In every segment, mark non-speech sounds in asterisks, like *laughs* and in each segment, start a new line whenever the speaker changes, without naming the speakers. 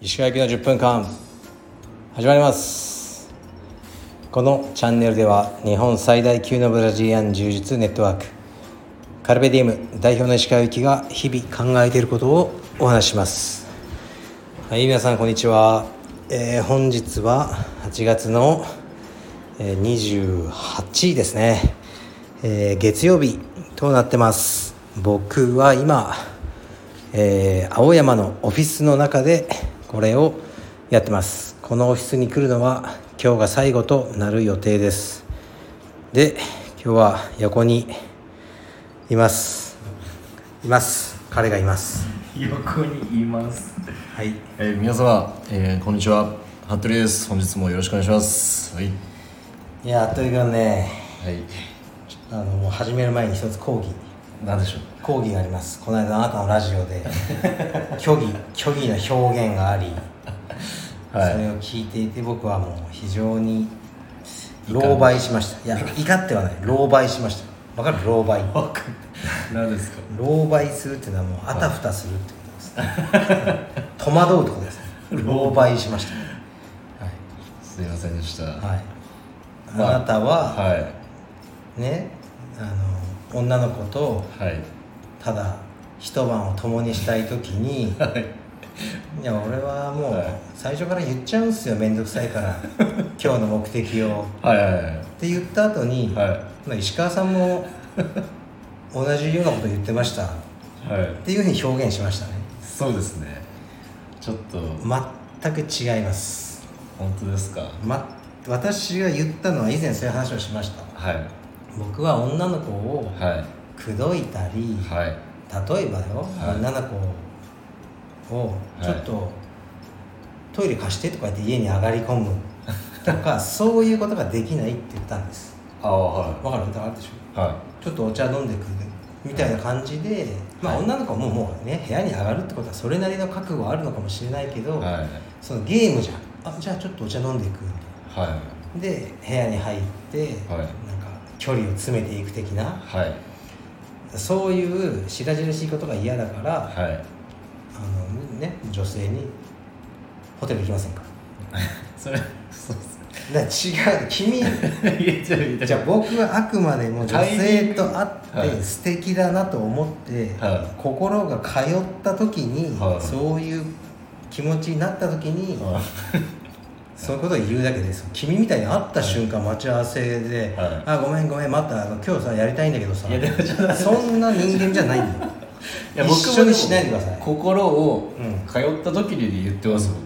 石川行きの10分間始まりますこのチャンネルでは日本最大級のブラジリアン柔術ネットワークカルベディウム代表の石川行きが日々考えていることをお話ししますはい皆さんこんにちは、えー本日は8月のえー28ですね、えー月曜日となってます僕は今、えー青山のオフィスの中でこれをやってますこのオフィスに来るのは今日が最後となる予定ですで今日は横にいますいます彼がいます
横にいます
はい
えー、皆様、えー、こんにちは服部です本日もよろしくお願いしますはい
いやというかね
はい
あのもう始める前に一つ講義
何でしょう
講義がありますこの間あなたのラジ *laughs* オで虚偽虚偽の表現があり、
はい
それを聞いていて僕はもう非常に狼狽しましたいや怒ってはない狼狽しましたわかる狼狽
何ですか
狼狽するっていうのはもうあたふたするって *laughs* ことです戸惑うってことです狼狽しまし
すいませんでした
た
は
はいあなたは、
い
ねあの女の子と
はい
ただ一晩を共にしたい時に
はい
いや俺はも
はいう
最初から言っちゃうんすよ面倒くさいから
*laughs*
今日の目的を
はいはい
って言った後に、
は
まあ石川さんも同じようなこと言ってましたっ
いはい
ていうふうに表現しましたね
そうですねちょっと
全く違います、
本当ですか
ま、私が言ったのは以前そういう話をしました
はい
僕は女の子を
は
口説いたり
い、はい
例えばよ、
はい
女の子を
はい
ちょっと、トイレ貸してとか言って家に上がり込む *laughs* とかそういうことができないって言ったんです
ああは
わかる歌あるでしょ
いは
ちょっとお茶飲んでくるみたいな感じで、まあ、
はい
女の子ももうね部屋に上がるってことはそれなりの覚悟はあるのかもしれないけ
い
ど、
はい
そのゲームじゃんあじゃあちょっとお茶飲んでいくみ
は
たいなで部屋に入って、
はい
なんか距離を詰めていく的ない
はい
そういう白々しいことが嫌だから、
はい
あのね女性に「ホテル行きませんか?」
それそうです
だから違う
*laughs*
君
ね言えちゃうみたい
じゃあ僕はあくまでも女性と会っ
は
て
い
素敵だなと思って、
は
心が通った時に、
はい
そういう気持ちになった時に、
はい
そういうことを言うだけです君みたいに会った瞬間待ち合わせで「
はい
あごめんごめん待ったあの今日さやりたいんだけどさ
いやでもちょっと
そんな人間じゃないんだよ
いや
一
僕も
緒にしないでください
心を
うん
通った時に言ってます、僕も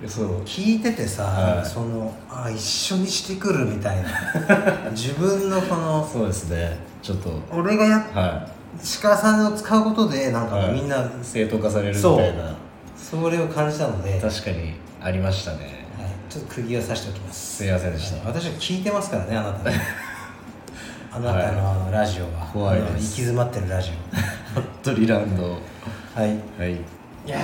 いやそう
聞いててさ、
はい
そのあ一緒にしてくるみたいな *laughs* 自分のこの
そうですねちょっと
俺がや
は
鹿さんを使うことでなん
い、
か
はい
みんな
正当化されるみたいな
それを感じたので、はい、
確かにありましたね
ちょっと釘を刺しておきます
すいませんでした、
私は聞いてますからねあな
*laughs*
たのあなたのあのラジオは、
怖いです
あの行き詰まってるラジ
*laughs* ハットリランド
オはい
はい
いや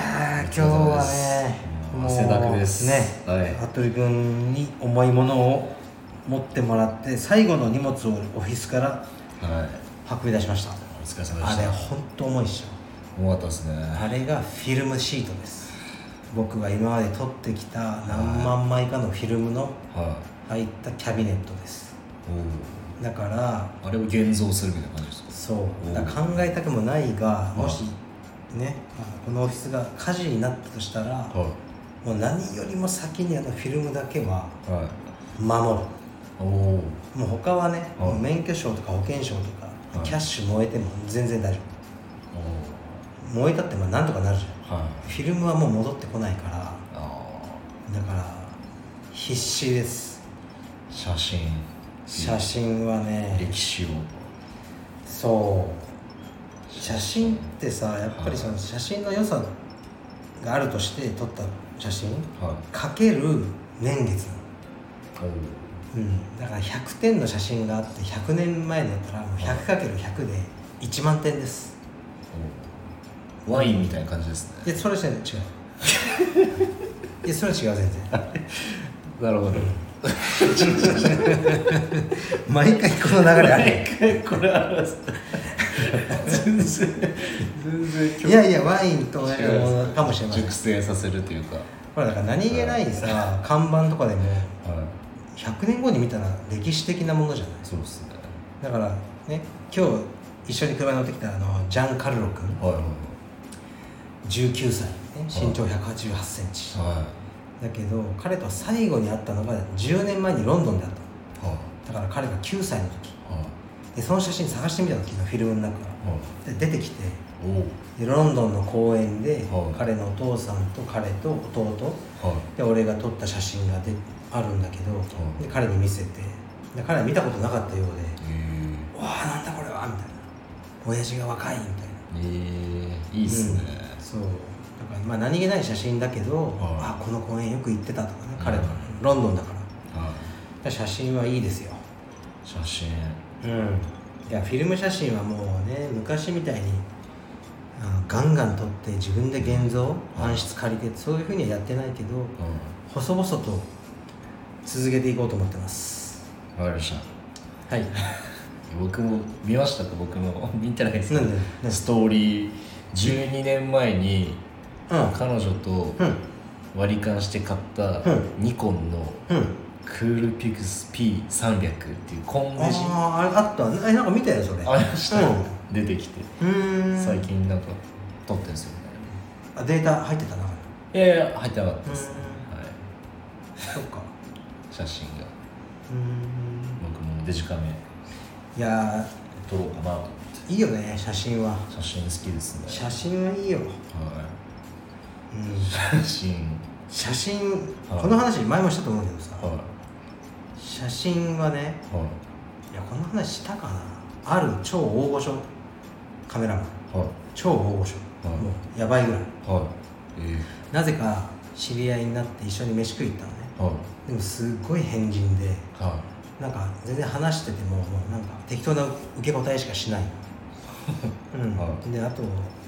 ー今日はね
うん
もう
汗だくです
ね、
はい
服部君に重いものを持ってもらって最後の荷物をオフィスから
はい
運び出しました
お疲れ様で
あ
し
れ
た
本当重いっし
重かったですね
ょあれがフィルムシートです僕が今まで撮ってきた何万枚かのフィルムの
は
入ったキャビネットです
いお
だから
おあれを現像するみたいな感じですか
そう
お
だから考えたくもないが
い
もしねあのこのオフィスが火事になったとしたら
は
もう何よりも先にあのフィルムだけはい
はい
守る
おお
もう他はね、
はい
もう免許証とか保険証とか、
はい
キャッシュ燃えても全然大丈夫燃えたってまあなんとかなるじゃん
おはい
フィルムはもう戻ってこないから
あ
だから必死です
ー写真
写真はね
歴史を
そう写真ってさやっぱりその写真の良さがあるとして撮った写真
はい
かける年月なの
お
うん、だから100点の写真があって100年前だったらもう 100×100 で1万点です
おワインみたいな感じですね
いやそ *laughs* れは違ういやそれは違う全然 *laughs*
なるほど
毎回この流れある
これある
全然全然興味
いやいやワインと同じものかもしれません
熟成させるというか、
ほらだから何気ないさ看板とかでも
はい、
100年後に見たら歴史的なものじゃない
そうですね
だからね今日一緒に車に乗ってきたあのジャン・カルロ君
はいはい
19歳、ね、身長1 8 8センチ
は
だけど彼とは最後に会ったのが10年前にロンドンで会ったの
いはい
だから彼が9歳の時
はい
でその写真探してみたの昨日フィルムの中か
は
ら
い
で出てきて
おお
でロンドンの公園で
はい
彼のお父さんと彼と弟
はい
で俺が撮った写真がであるんだけど、
ん
で彼に見せてで彼は見たことなかったようで
え
「わあなんだこれは」みたいな「親父が若い」みたいな
ー、えー、いいっす
うん
ね、
そうだからまあ何気ない写真だけど、あ
は
この公園よく行ってたとかね彼は、
うん
ロンドンだからだか
はい
ら写真はいいですよ
写真
うんいやフィルム写真はもうね昔みたいにあのガンガン撮って自分で現像暗室借りてそういうふうにはやってないけど
うん
細々と続けていこうと思ってます
わかりました
はい
僕も見ましたか僕も見てないです
なんでなんで
ストーリー12年前に
うん
彼女と
うん
割り勘して買った
う
ニコンの
うん
クールピクス P300 っていうコンデジ
ああーあれあったねえなんか見たよそれ
ありました
うんう
出てきて
ーん
最近なんか撮ってんですよね
あデータ入ってたなう
いやいや入ってなかった
ーん
ですはい
そっか
写真が
うーん
僕もデジカメ
いや
撮ろうかなと思って
ーいいよね写真は
写真好きですね
写真はいいよ、うん、
はい写真
写真
はい
この話前もしたと思うけどさ
はい
写真はね
はい
やこの話したかなある超大御所カメラマン
いはい
超大御所、
はい
もうやばいぐらい
はいえ
なぜか知り合いになって一緒に飯食い行ったのね
ー、はい
でもすっごい変人で
は
なんか全然話しててももうなんか適当な受け答えしかし
*laughs*
ないうん、
は
であと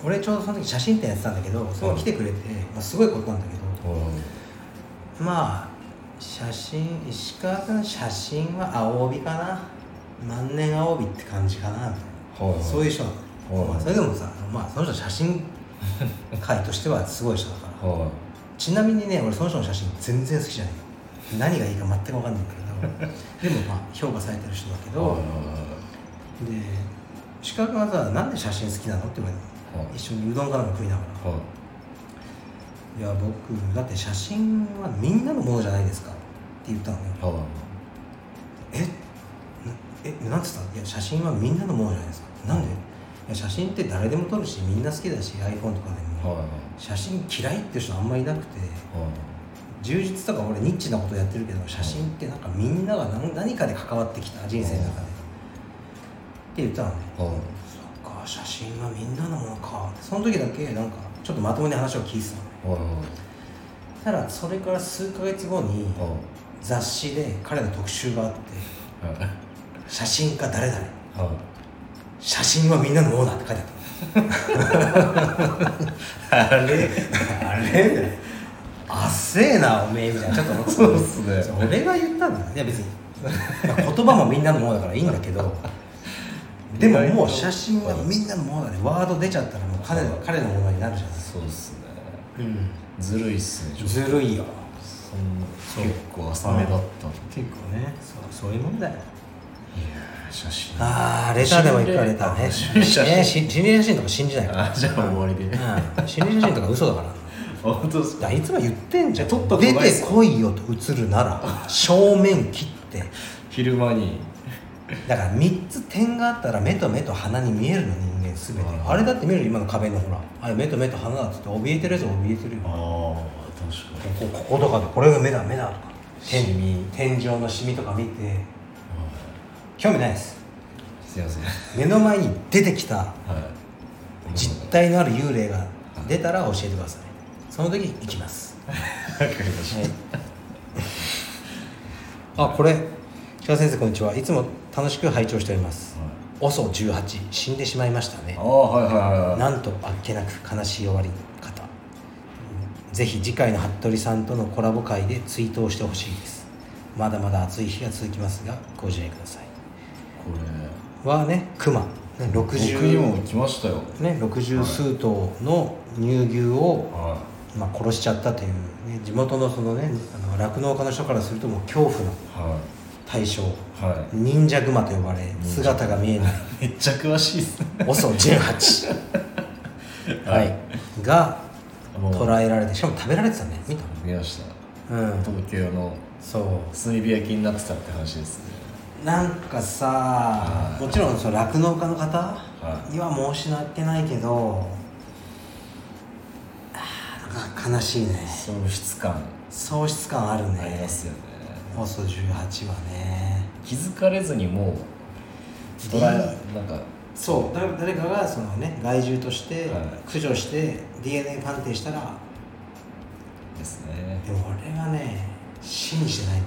俺ちょうどその時写真展やってたんだけどその来てくれて、まあ、すごいことなんだけど
いはい
まあ写真石川君の写真は青帯かな万年青帯って感じかなみたいな、
はい
そういう人なの、
はい
まあ、それでもさ、まあ、その人写
*laughs*
真界としてはすごい人だから
は
ちなみにね俺その人の写真全然好きじゃない何がいいか全く分かんないんだけどでもまあ評価されてる人だけ
い
どで石川君はさ「なんで写真好きなの?」って言われたの
はい
一緒にうどんかなんか食いながら
は
「
い
いや僕だって写真はみんなのものじゃないですか」って言ったのよ
は
えなえなんつったのいや写真はみんなのものじゃないですかなんでいや写真って誰でも撮るしみんな好きだし iPhone とかで
い
も
は
写真嫌いっていう人あんまりいなくて
いは
充実とか俺ニッチなことやってるけど写真ってなんかみんなが何何かで関わってきた人生の中でって言ったのね
いはい
そっか写真はみんなのものかってその時だけなんかちょっとまともに話を聞いてたのね
はいはい
ただそれから数ヶ月後に雑誌で彼の特集があって
はいはい
「写真家誰々」
は
写真はみんなのものだって書いてあったあれあれあっせえなおめえみたいなちょっと思ってた
そうっすね
俺が言ったんだねいや別にまあ言葉もみんなのものだからいいんだけどでももう写真はみんなのものだねワード出ちゃったらもう彼の彼のものになるじゃ
いそうっすね
ない、
ずるいっすねちょっと
ずるいよ
そんな結構浅めだったんで
結構ねそうそういうもんだよ
いやー写真
ああレターでもいくわレターね
心霊写真
ねし心霊写真とか信じないから
あじゃあ終わりで
うん心霊写真とか嘘だから
本当です
だからいつも言ってんじゃん
撮った方がい
出
いっす
てこいよと映るなら正面切って
昼間に
だから3つ点があったら目と目と鼻に見えるの人間全て
はい
あれだって見る今の壁のほらあれ目と目と鼻だっつって怯えてるやつは怯えてるよ
あ
こ
あ確かに
ここことかでこれが目だ目だとか天
シミ
天井のシミとか見て興味ないです
すいませんは
目の前に出てきた
い
実体のある幽霊が出たら教えてくださいその時行きます
わかりました
あこれ千葉先生こんにちはいつも楽しく拝聴しております
はい
OSO18 死んでしまいましたね
ああはいはいはい
なんとあっけなく悲しい終わり方うんぜひ次回の服部さんとのコラボ会で追悼してほしいですまだまだ暑い日が続きますがご自愛ください
これ
はね熊ね
僕
60
にも来ましたよ
ね、60数頭の乳牛を、
は
まあ、殺しちゃったという、ね、地元のそのねあの酪農家の人からするともう恐怖の
いは
対象
いは
忍者熊と呼ばれ姿が見えない
いめっちゃ詳しいですね
OSO18 はいが
もう
捕らえられてしかも食べられてたね見た
見ました
うん
東京の
そ
炭火焼きになってたって話ですね
うなんかさもちろんその酪農家の方には申し訳ないけどあーなんか悲しいね
喪失感
喪失感ある
あり
ね
ますよね
OSO18 はね
気づかれずにもうドラなんか
そうだ誰かがそのね害獣として
は
駆除して DNA 鑑定したら
ですね
でも俺はね信じてないの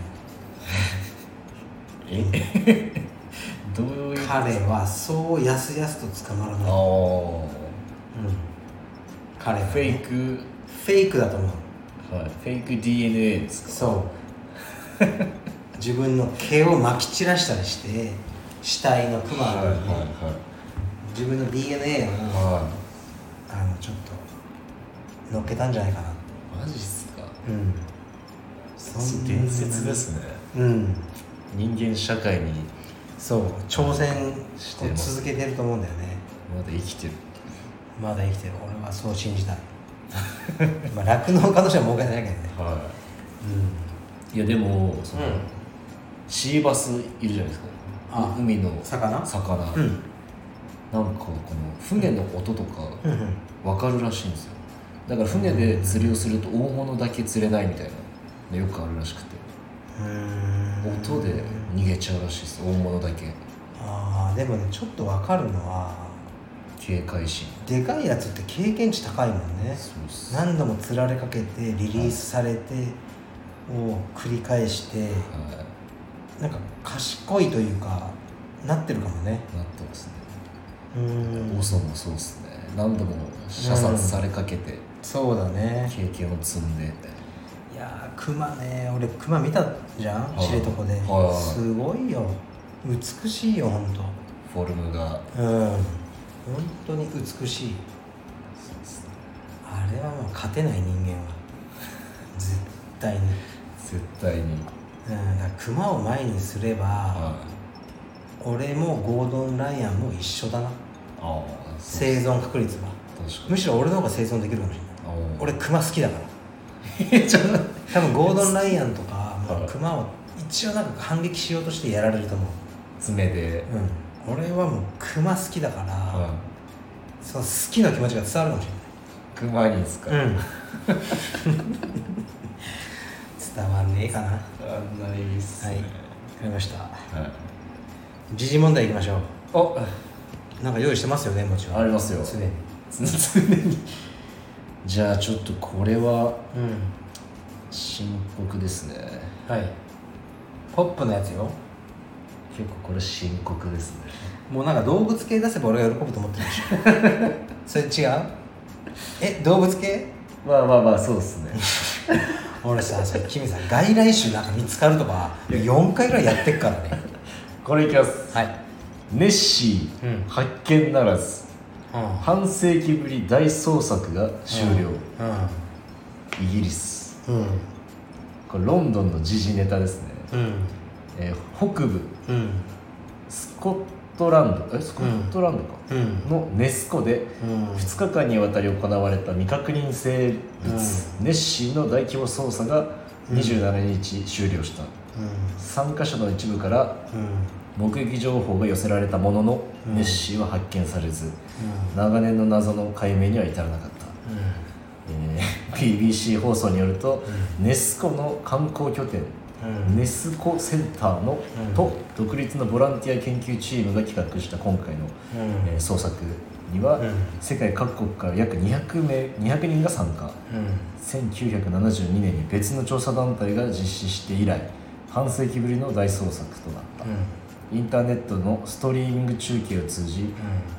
え *laughs* どういう
彼はそうやすやすと捕まら
あ
ない、うん、
あ
彼はね
フェイク
フェイクだと思う
はいフェイク DNA ですか
そう
*laughs*
自分の毛をまき散らしたりして死体のクマ
はい
の、
はいはい
自分の DNA を
は
あのちょっと乗っけたんじゃないかない
マジっすか
うん
伝説ですね
うん
人間社会に
そう挑戦を
してます
続けてると思うんだよね
まだ生きてる
まだ生きてる俺はそう信じたい *laughs* まあ酪農家としては儲けてないけどね
は
うん
いいやでもその、
うん
シーバスいるじゃないですか
あ
海の
魚
魚、
うん
なんかこの船の音とか
うんうん
わかるらしいんですよだから船で釣りをすると大物だけ釣れないみたいなのよくあるらしくて
うーん
音で逃げちゃうらしいです大物だけ
ああでもねちょっとわかるのは
警戒心
でかいやつって経験値高いもんね
そうっす
何度も釣られかけてリリースされてを繰り返して
は
なんか賢いというかなってるかもね
いなってますね
うー
オ
ん
ソもそうっすね何度も射殺されかけて
そうだね
経験を積んで
いやー熊ね俺熊見たじゃん
はい
知床で
はい
すごいよ美しいよほんと
フォルムが
うん本当に美しいあれはもう勝てない人間は *laughs* 絶対に、
絶対に
うん、だから熊を前にすれば、
はい
俺もゴードン・ライアンも一緒だな
ああそう
生存確率は
確かに
むしろ俺の方が生存できるかもしれない
ああ
俺熊好きだから
*laughs* えちょっと待って
多分ゴードン・ライアンとかも
は
う
い
熊を一応なんか反撃しようとしてやられると思う
爪で、
うん、俺はもう熊好きだから、
は
その好きな気持ちが伝わるかもし
い熊にですか、
れない、うん、 *laughs* 伝わんねえかなわ
あんないいっす
はい
ね
かりました
はい、
時事問題いきましょ
お
うなんか用意してますよねもちろん
ありますよ
すでに
常に *laughs* じゃあちょっとこれは
うん
深刻ですね
はいポップのやつよ
結構これ深刻ですね
もうなんか動物系出せば俺が喜ぶと思ってるでしょそれ違うえ動物系
まあまあまあそうです
*laughs*
ね
俺さそれ君さ外来種なんか見つかるとか4回ぐらいやってっからね
これいきます
はい
ネッシー、
うん
発見ならず
うん
半世紀ぶり大捜索が終了、
う
イギリス
んうん
これロンドンの時事ネタですね、
うん
えー北部
うん
スコットランドえスコットランドか、
うん
のネス湖で
うん
2日間にわたり行われた未確認生物、
うん
ネッシーの大規模捜査が27日終了した、参加者の一部から目撃情報が寄せられたものの、
うん
ネッシーは発見されず長年の謎の解明には至らなかった、えー BBC 放送によると、ネス湖の観光拠点、
うん
ネス湖センターの、
うん
と独立のボランティア研究チームが企画した今回の、えー捜索には、
うん
世界各国から約200名200人が参加1972年に別の調査団体が実施して以来半世紀ぶりの大捜索となった、インターネットのストリーミング中継を通じ、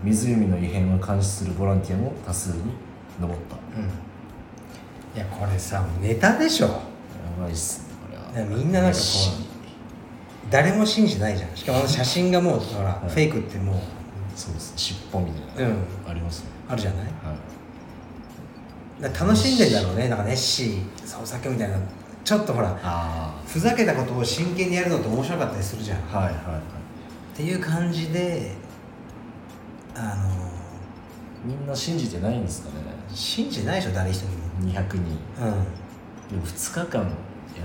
湖の異変を監視するボランティアも多数に上った
いやこれさネタでしょ
やばいっすねこれ
いや
は
みんななんかこ
嬉しいう
誰も信じてないじゃんしかもあの写真がもうほらフェイクってもう
そうです尻尾みたいな、
うん
ありますね
あるじゃない
はい
だから楽しんでんだろうねなんかネッシー創作みたいなちょっとほら
あ
ふざけたことを真剣にやるのって面白かったりするじゃんっ
あはいはいはい
ていう感じであ
みんな信じてないんですかね
の信じてないでしょ誰一人も
200人
うん
でも2日間や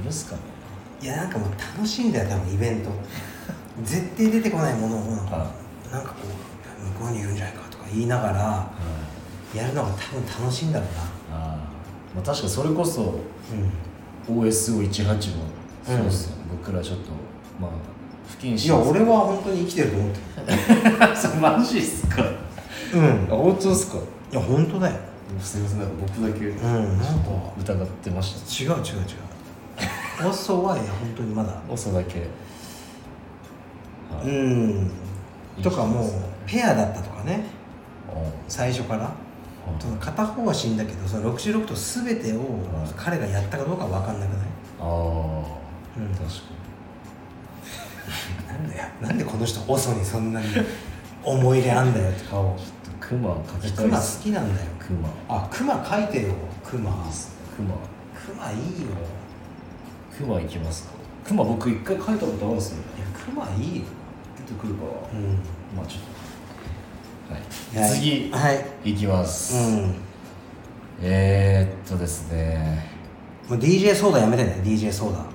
るっすかね
いやなんかもう楽しいんだよ多分イベ *laughs* ント絶対出てこないものをなんか
は
なんかこう向こうにいるんじゃないかとか言いながら
い、はい
やるのが多分楽しいんだろうな
あーまあ確かそれこそ
うん
OSO18 もそうですよ、僕らちょっとまあ不謹慎です
は本当に生きてると思って
それ *laughs* マジっすか
るうん
あ本当ですか
いや本当だよ
すみませんなんか僕だけ
うんなんか
疑ってました
違う違う違うオソはいや本当にまだ
遅だけ
うん
いい
とかもう
人ですね
ペアだったとかね
あ
最初から
あ
その片方は死んだけどその66と全てを
はい
彼がやったかどうかは分かんなくない
あー、
うん
確か
なんだよなんでこの人オソにそんなに思い入れあんだよとかを
にクマ描きた
ク
い
マ
っ
好
す
きなんだよ
クマ
あクマ描いてよクマ
クマ
クマいいよ
クマ行きますかクマ僕一回描いたことあるんですよ
いやクマいいよ
出てくるから
うん
まあちょっと
は
はいい次
はい
いきます、
うん
えー、っとですね *laughs*
もう DJ ソーダやめてね DJ ソーダ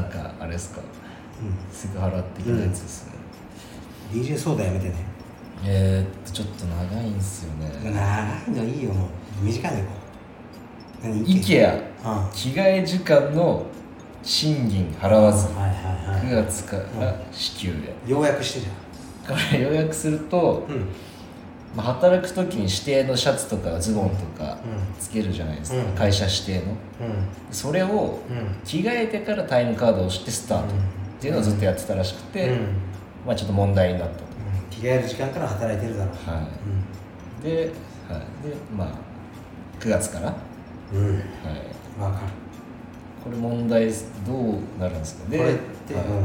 なんかあれですか
う
セクハラ的なやつですね、
ん DJ ソーダやめてね
えー、っとちょっと長いんですよね
長いのいいよもう短いのいこう何
IKEA
あ
着替え時間の賃金払わず
あはいはい
9
は
月から支給へ
いようやくしてじ
これ要約すると
ゃん、うん
まあ、働く時に指定のシャツとかズボンとか
う
つけるじゃないですか、
うん
会社指定の
うん
それを
うん
着替えてからタイムカードをしてスタートっていうのをずっとやってたらしくて、
うんうん
まあちょっと問題になったと
着替える時間から働いてるだろう
はいで,、はい、でまあ9月から、はい、
うんうんわかる
これ問題ですどうなるんですかで、
これって
はい
うん
ま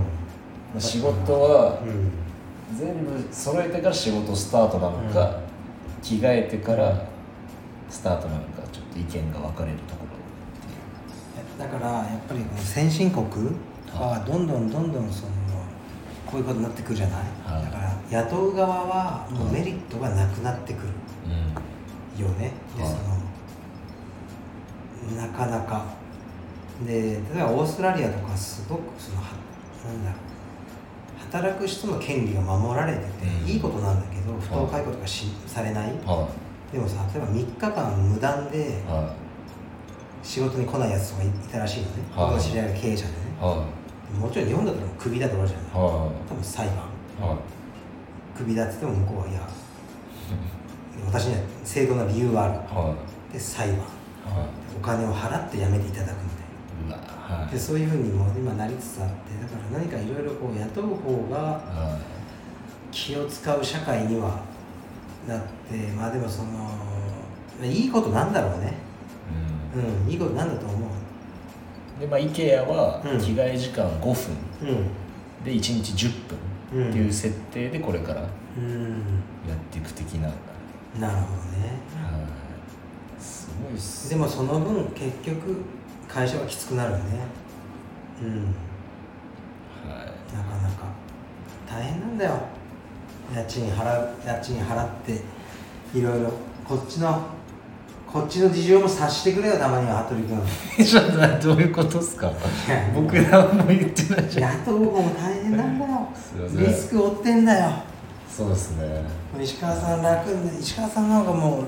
あ仕事は
うん
全部揃えてから仕事スタートなのか、着替えてからスタートなのかちょっと意見が分かれるところっ
だからやっぱりこの先進国はどんどんどんどんそのこういうことになってくるじゃない、
はい
だから雇う側はもうメリットがなくなってくる、
ていう、うん、
よねで
はい
そのなかなかで例えばオーストラリアとかすごくそのはなんだろう働く人の権利が守られてて、
うん
いいことなんだけど不当解雇とかし、されない
は
でもさ例えば3日間無断で
いは
仕事に来ないやつとかいいたらしいのね、
はい
僕の知り合いの経営者でね
いは
もちろん日本だったらもうクビだってわれるじゃない
いは
多分裁判
いは
クビだって言っても向こうはいや私には正当な理由がある
いは
で裁判
いは
お金を払って辞めていただくみたい
いうわは
ないでそういうふうにも今なりつつあってだから何かいろいろこう雇う方が
は
気を使う社会にはなってまあでもそのまあいいことなんだろうね
い、うん
うんいいことなんだと思う
でまあ IKEA は
うん
着替え時間5分
う
で1日10
う
分
ん
っていう設定でこれからや
んうん
っていく的な、
なるほどね
はいすごいっす
でもその分結局会社はきつくなるよねうん
はい *laughs*
なかなか大変なんだよ家賃払う家賃払っていろいろこっちのこっちの事情も察してくれよたまには羽鳥君
*laughs* ちょっと待ってどういうことっす
*laughs*
か
や
僕何も言ってないじゃん
雇う方も大変なんだよ
すいません
リスク負ってんだよ
そうですね
石川さん楽に石川さんなんかもう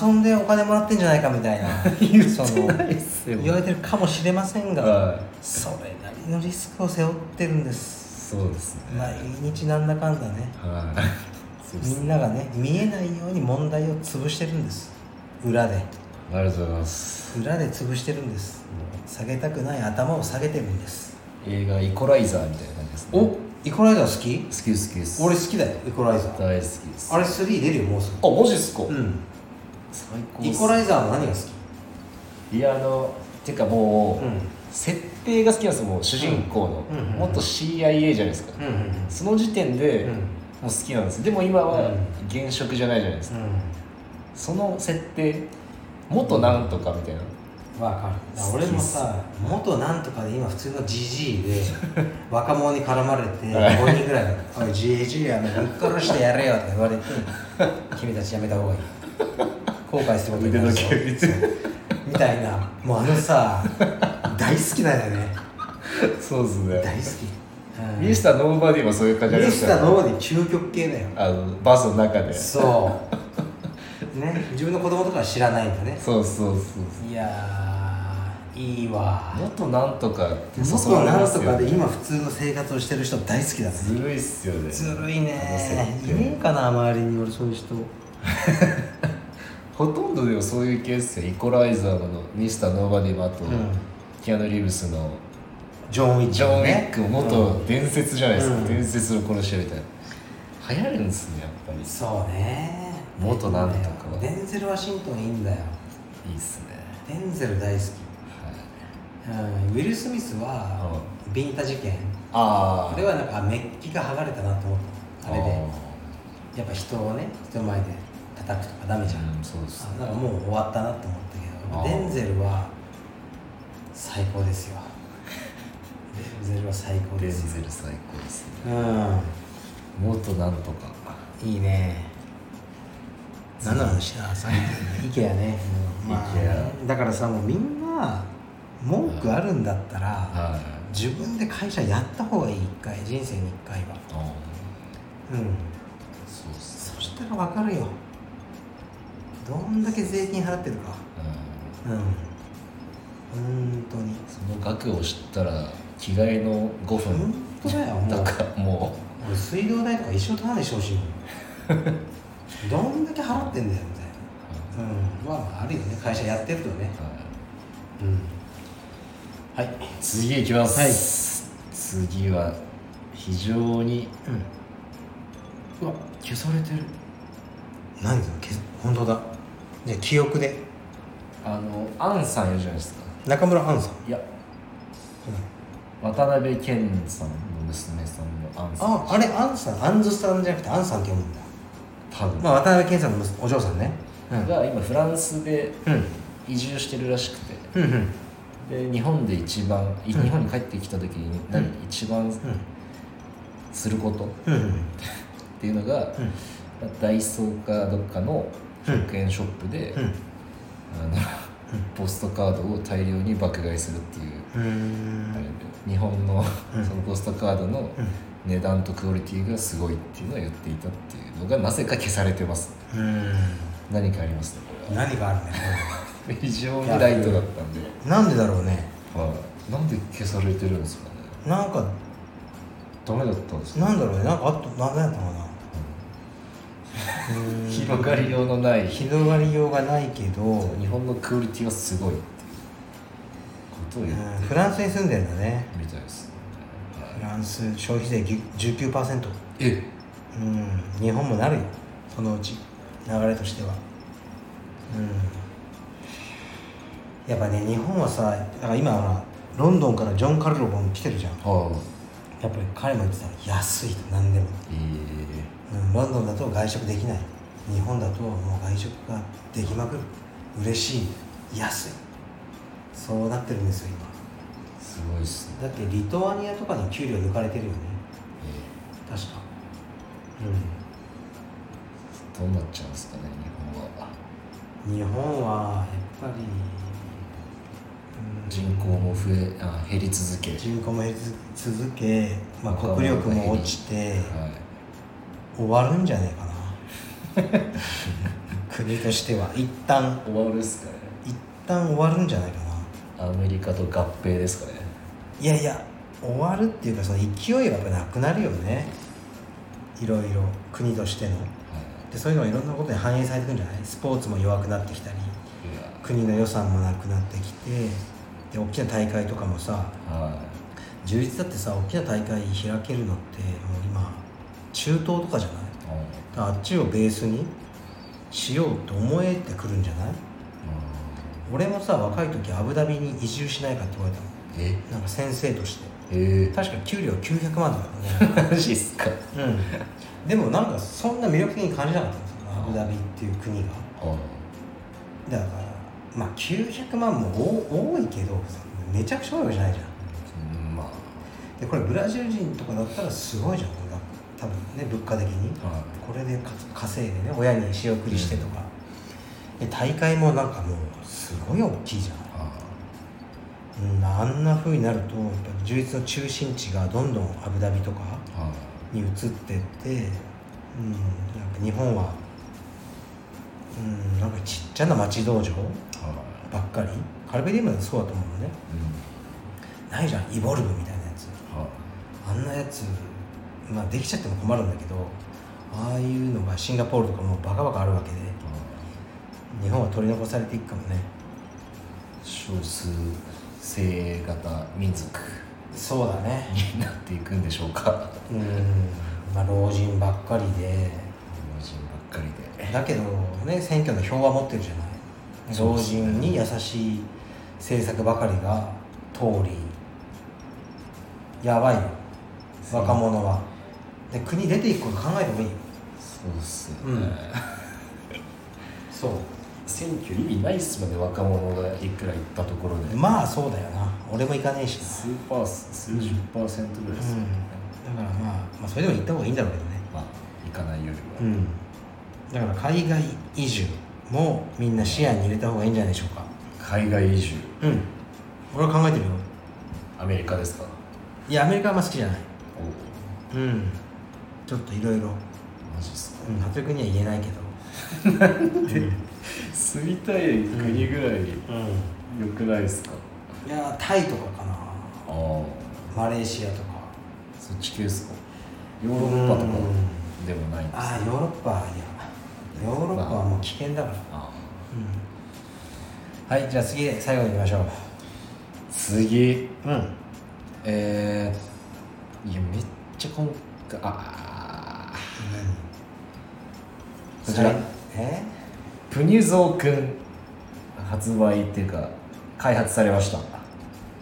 遊んでお金もらってんじゃないかみたいな
*laughs* 言ってないっす
そ
よ
の言われてるかもしれませんが、
は
それなりのリスクを背負ってるんです
そうですね
毎日なんだかんだね
はいそうで
み
す
んながね見えないように問題を潰してるんです裏で
ありがとうございます
裏で潰してるんです下げたくない頭を下げてるんです
映画イコライザーみたいな感じですね好
イコライザー好き
きです好きです
俺好きだよイコライザー
大好きです
あれ3出るよもうす
あマジっす
ぐ
か、
うん
最高っす
イコライザーの何が好き
いやあのてかもう、
うん
設定が好きなんですよもう主人公の、
うんうんうんうん
元 CIA じゃないですか、
うんうん
その時点で、
うん
もう好きなんですでも今は現職じゃないじゃないです
う
か、
ん
その設定元なんとかみ
*laughs*
たいな、
わかる俺もさ元なんとかで今普通のじじい *laughs* で若者に絡まれて
はい
5人ぐらい「おいじじいやめぶっ殺してやれよ」って言われて「君たちやめた方がいい」「後悔することになるぞ
腕の」
みたいなもうあのさ大好きなんだよね
そうです
大
ね
好き、うん、
ミスターノーバディもそういう感じあり
ミ
ま
ス
し
タ
た
ーの方で究極系だよ
あのバスの中でそ
そうね自分の子供とかは知らないんだね
うそうそう
いやーいいわ
元なんとかって
僕はなんとかで今普通の生活をしてる人大好きだね
ずるいっすよね
ずるいね
あの設
い
定
ねえかな周りに俺そういう人
ほとんどでもそういうケースでイコライザーのミスターノーバディもあと、
ん
キアヌ・リーブスの
ジョン・ウィッ
ジ
チ
ョン・ウィッ
ね
ク元伝説じゃないですか、
うん
伝説を殺してみたいな流行るんですねやっぱり
そうね
元なんとかはい
いんだよデンゼル・ワシントンいいんだよ
いいっすね
デンゼル大好き、うん、ウィル・スミスはビンタ事件
あ
あ
あ
れはなんかメッキが剥がれたなと思ったあれでやっぱ人をね人前で叩くとかダメじゃん、
そうです
あなんかもう終わったなと思ったけど
あー
デンゼルは最高ですよデンゼルは最高
デン
ですよ
ゼル最高ですね
う
元なんとか
んいいね何の話ださ *laughs* っき IKEA ね、うんまあ
IKEA
だからさもうみんな文句あるんだったら
はい
自分で会社やった方がいい一回人生に一回は
あー
うん
そうっす
そしたら分かるよどんだけ税金払ってるか
うん
うん本当に
その額を知ったら着替えの5
本
分
当だよも
と
う
かも
俺水道代とか一生取らないでしてほし
*laughs*
いもんどんだけ払ってんだよみたいなう
う、
ん、まあまああるよね会社やってるとね
は
う
い
んはい
次いきます、次は非常に
うん
うわ消されてる
何だ本当だじゃあ記憶で
あのアンさんいるじゃないですか
中村杏さん、
いや渡辺謙さんの娘さんのアンさん
ああれ杏さん杏ずさんじゃなくて杏さんって読むんだ
多分、
まあ渡辺謙さんのお嬢さんねうん
が今フランスで
うん
移住してるらしくて
うんうん
で日本で一番、い日本に帰ってきた時に、何一番することっ
うんうん
ていうのが、まあダイソーかどっかの100円ショップで、
うん
あのポストカードを大量に爆買いするっていう
うーん
あれで日本のそのポストカードの値段とクオリティがすごいっていうのを言っていたっていうのがなぜか消されてます
うー
何かありますねこ
ん何があるんだよ
れは非常にライトだったんで、
なんでだろうね
はい、なんで消されてるんですかね
なんか
ダメだったんですか
なんだろうねなんかあと何やったかなうん
広がりようのない日
広がりようがないけど
本のクオリティはすごいっていうことを言
うん
って
フランスに住んでんだね
みたいです、はい
フランス消費税ぎ19%
え
うん日本もなるよそのうち流れとしてはうんやっぱね日本はさだから今ほらロンドンからジョン・カルロボン来てるじゃんやっ
は
ぱ
あ
り彼も言ってた安いと何でも、
え
うん、ロンドンだと外食できない日本だともう外食ができまくる嬉しい安いそうなってるんですよ今
ー、すごいっすね、
だってリトアニアとかに給料抜かれてるよね
え
確か
ーどうなっちゃうんですかね日本は
うん日本はやっぱり、うん
人口も増えあ減り続け、はい、
人口も減り続け、まあ、
若者が
国力も落ちて終わるんじゃねえかな *laughs* 国としては一旦
終わるっすかね
一旦終わるんじゃないかな
アメリカと合併ですかね
いやいや終わるっていうかその勢いがやっぱなくなるよねいろいろ国としての
はい
でそういうのがいろんなことに反映されてくんじゃないスポーツも弱くなってきたり
いや
国の予算もなくなってきてで大きな大会とかもさ
は
充実だってさ大きな大会開けるのってもう今中東とかじゃない
いうんうん
だからあっちをベースにしようと思えてくるんじゃない俺もさ若い時アブダビに移住しないかって言われたの
え
なんか先生として
え
確か給料900万だからね
マジっすか
うんでもなんかそんな魅力的に感じなかったんですよアブダビっていう国が
あ
だからまあ900万も多多いけどめちゃくちゃ多いわけじゃないじゃん
うんま
でこれブラジル人とかだったらすごいじゃんなんか多分ね物価的に
あは
これでか稼いでね親に仕送りしてとか、で大会もなんかもうすごい大きいじゃん
いあ
うんあんな風になるとやっぱり充実の中心地がどんどんアブダビとか
あは
に移ってって、うん、やっぱ日本は、うん、なんかちっちゃな町道場
いは
ばっかりカルベディウムだとそうだと思うのね
いうん
ないじゃんイボルブみたいなやつ
は
あんなやつ、まあ、できちゃっても困るんだけどああいうのがシンガポールとかもうバカバカあるわけで
いあ
日本は取り残されていくかもね
少数性型民族
そうだね
になっていくんでしょうか
うんまあ老人ばっかりで
老人ばっかりで
だけどね選挙の票は持ってるじゃない
そう
老
ですね
人に優しい政策ばかりが通りやばいよ若者はで国出ていくこと考えてもいいよ
そうっすよね、
うんそう
選挙意味ないっすもんね若者がいくら行ったところで、
まあそうだよな俺も行かねえしな
数パー数十パーセントぐらいですよね、
だからまあ、まあ、それでも行った方がいいんだろうけどね
まあ行かないよりは、
んだから海外移住もみんな視野に入れた方がいいんじゃないでしょうか
海外移住
うん俺は考えてるよ
アメリカですか
いやアメリカはあんま好きじゃない
おお
うんちょっといろいろ
マジっすか
服部君には言えないけど
住みたい国ぐらい
うん
良くないですか、
いやタイとかかな
あ
マレーシアとか
あそっち系ですかヨーロッパとか
うん
でもないんです
あ
か
あヨーロッパいやヨーロッパはもう危険だから、
あ
はいじゃあ次最後に見ましょう
ー次
うん
えー、いやめっちゃ今回ああこちら
さいえ
プニュゾーくん発売っていうか開発されました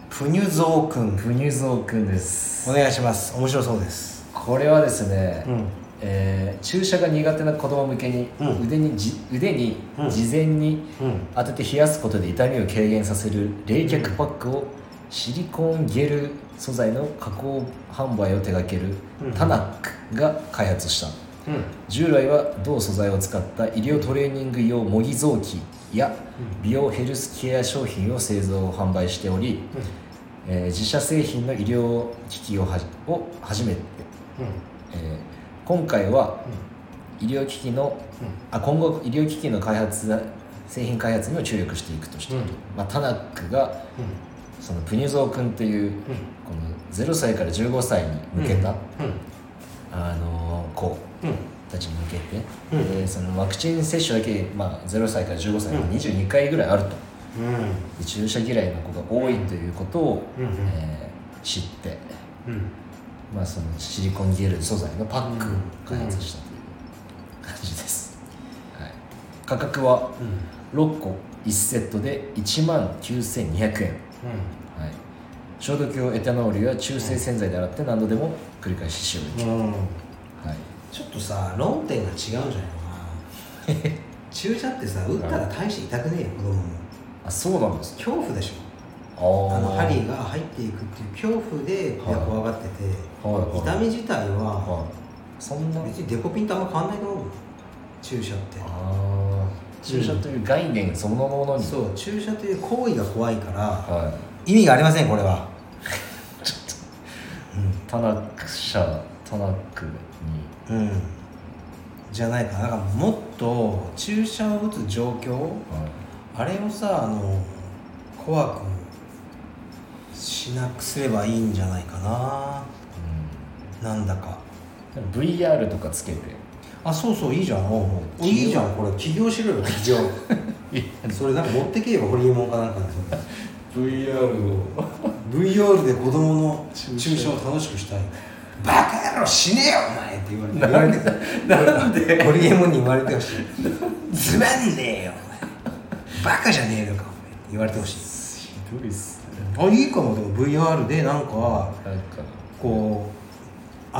プニュゾウくん
プニュゾーくんです
お願いします面白そうです
これはですね、
うん
えー注射が苦手な子供向けに、
うん
腕にじ腕に
うん
事前に
うん
当てて冷やすことで痛みを軽減させる冷却パックをシリコーンゲル素材の加工販売を手掛ける
うん
タナックが開発した、
うん
従来は同素材を使った医療トレーニング用模擬臓器や美容ヘルスケア商品を製造販売しており、えー自社製品の医療機器をはじを初めて、えー今回は医療機器の、あ今後医療機器の開発だ製品開発にも注力していくとしている、まあ、タナックがそのプニュゾー君という、この0歳から15歳に向けた、あのー子たちに向けて、でそのワクチン接種だけ、まあ、0歳から15歳まで22回ぐらいあると、で注射嫌いの子が多いということを、
うんうん
えー知って、まあ、そのシリコンゲル素材のパックを開発したという感じです、はい、価格は6個1セットで1万9200円、はい、消毒用エタノールや中性洗剤で洗って何度でも繰り返し使用できる、はい、
ちょっとさ論点が違うんじゃないかな
*laughs*
注射ってさ打ったら大して痛くねえよ子供も
あそうなんです
恐怖でしょ
あー
あの針が入っていくっていう恐怖で
はい
怖がってて、
はいはい
痛み自体は
はいそんな
別にデコピンとあんま変わんないと思うよ注射って
あー注射という概念そのものに、
そう注射という行為が怖いから
は
意味がありませんこれはい
タナック社タナックに
うんじゃないかなだからもっと注射を打つ状況
はい
あれをさあの怖くしなくすればいいんじゃないかななんだか
うん、でも VR とかつけて
あそうそういいじゃんおうおういいじゃんこれ起業しろよ *laughs* 起業それなんか持ってけよホリエモンかなんかで
VR を
VR で子供の
注射
注射を楽しくしたいバカ野郎死ねよお前って言われて言われてなんでホリエモンに言われてほしいつまんねえよお前バカじゃねえのかお前って言われてほしい
ひどいっすね
あいいかもでも VR でなんか
なんか
こう